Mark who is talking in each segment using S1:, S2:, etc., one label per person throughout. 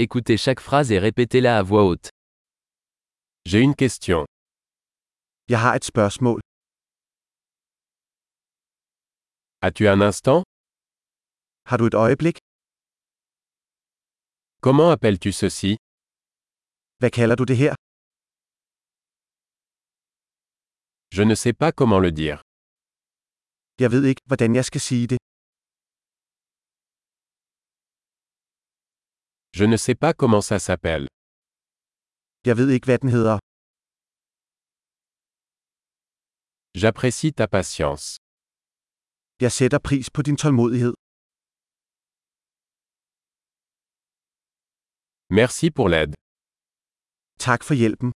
S1: Écoutez chaque phrase et répétez-la à voix haute.
S2: J'ai une question.
S3: Jeg har et spørgsmål.
S2: As-tu un instant
S3: Har du et øjeblik?
S2: Comment appelles-tu ceci
S3: Hvad kalder du det her?
S2: Je ne sais pas comment le dire.
S3: Jeg ved ikke, hvordan jeg skal sige det.
S2: Je ne sais pas comment ça s'appelle.
S3: Jeg ved ikke, hvad den hedder.
S2: J'apprécie ta patience.
S3: Jeg sætter pris på din tålmodighed.
S2: Merci pour l'aide.
S3: Tak for hjælpen.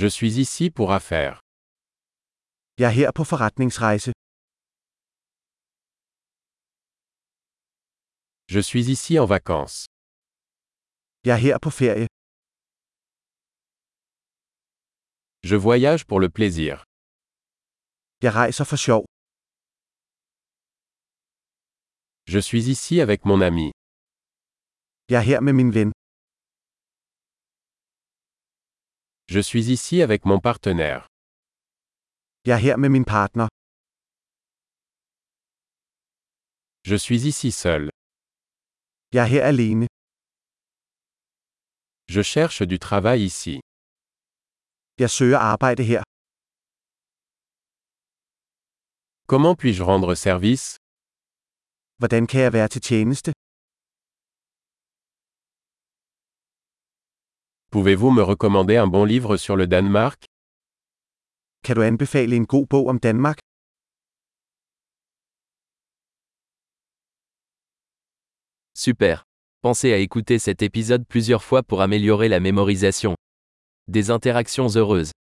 S2: Je suis ici pour affaires.
S3: Jeg er her på forretningsrejse.
S2: Je suis ici en vacances.
S3: Jeg er her på ferie.
S2: Je voyage pour le plaisir.
S3: Jeg rejser for sjov.
S2: Je suis ici avec mon ami.
S3: Jeg er her med min ven.
S2: Je suis ici avec mon partenaire.
S3: Jeg er her med min partner.
S2: Je suis ici seul.
S3: Jeg er her alene.
S2: Je cherche du travail ici.
S3: Jeg søger arbejde her.
S2: Comment puis-je rendre service
S3: Hvordan kan jeg være til tjeneste?
S2: Pouvez-vous me recommander un bon livre sur le Danemark
S3: Kan du anbefale en god bog om Danmark?
S1: Super. Pensez à écouter cet épisode plusieurs fois pour améliorer la mémorisation. Des interactions heureuses.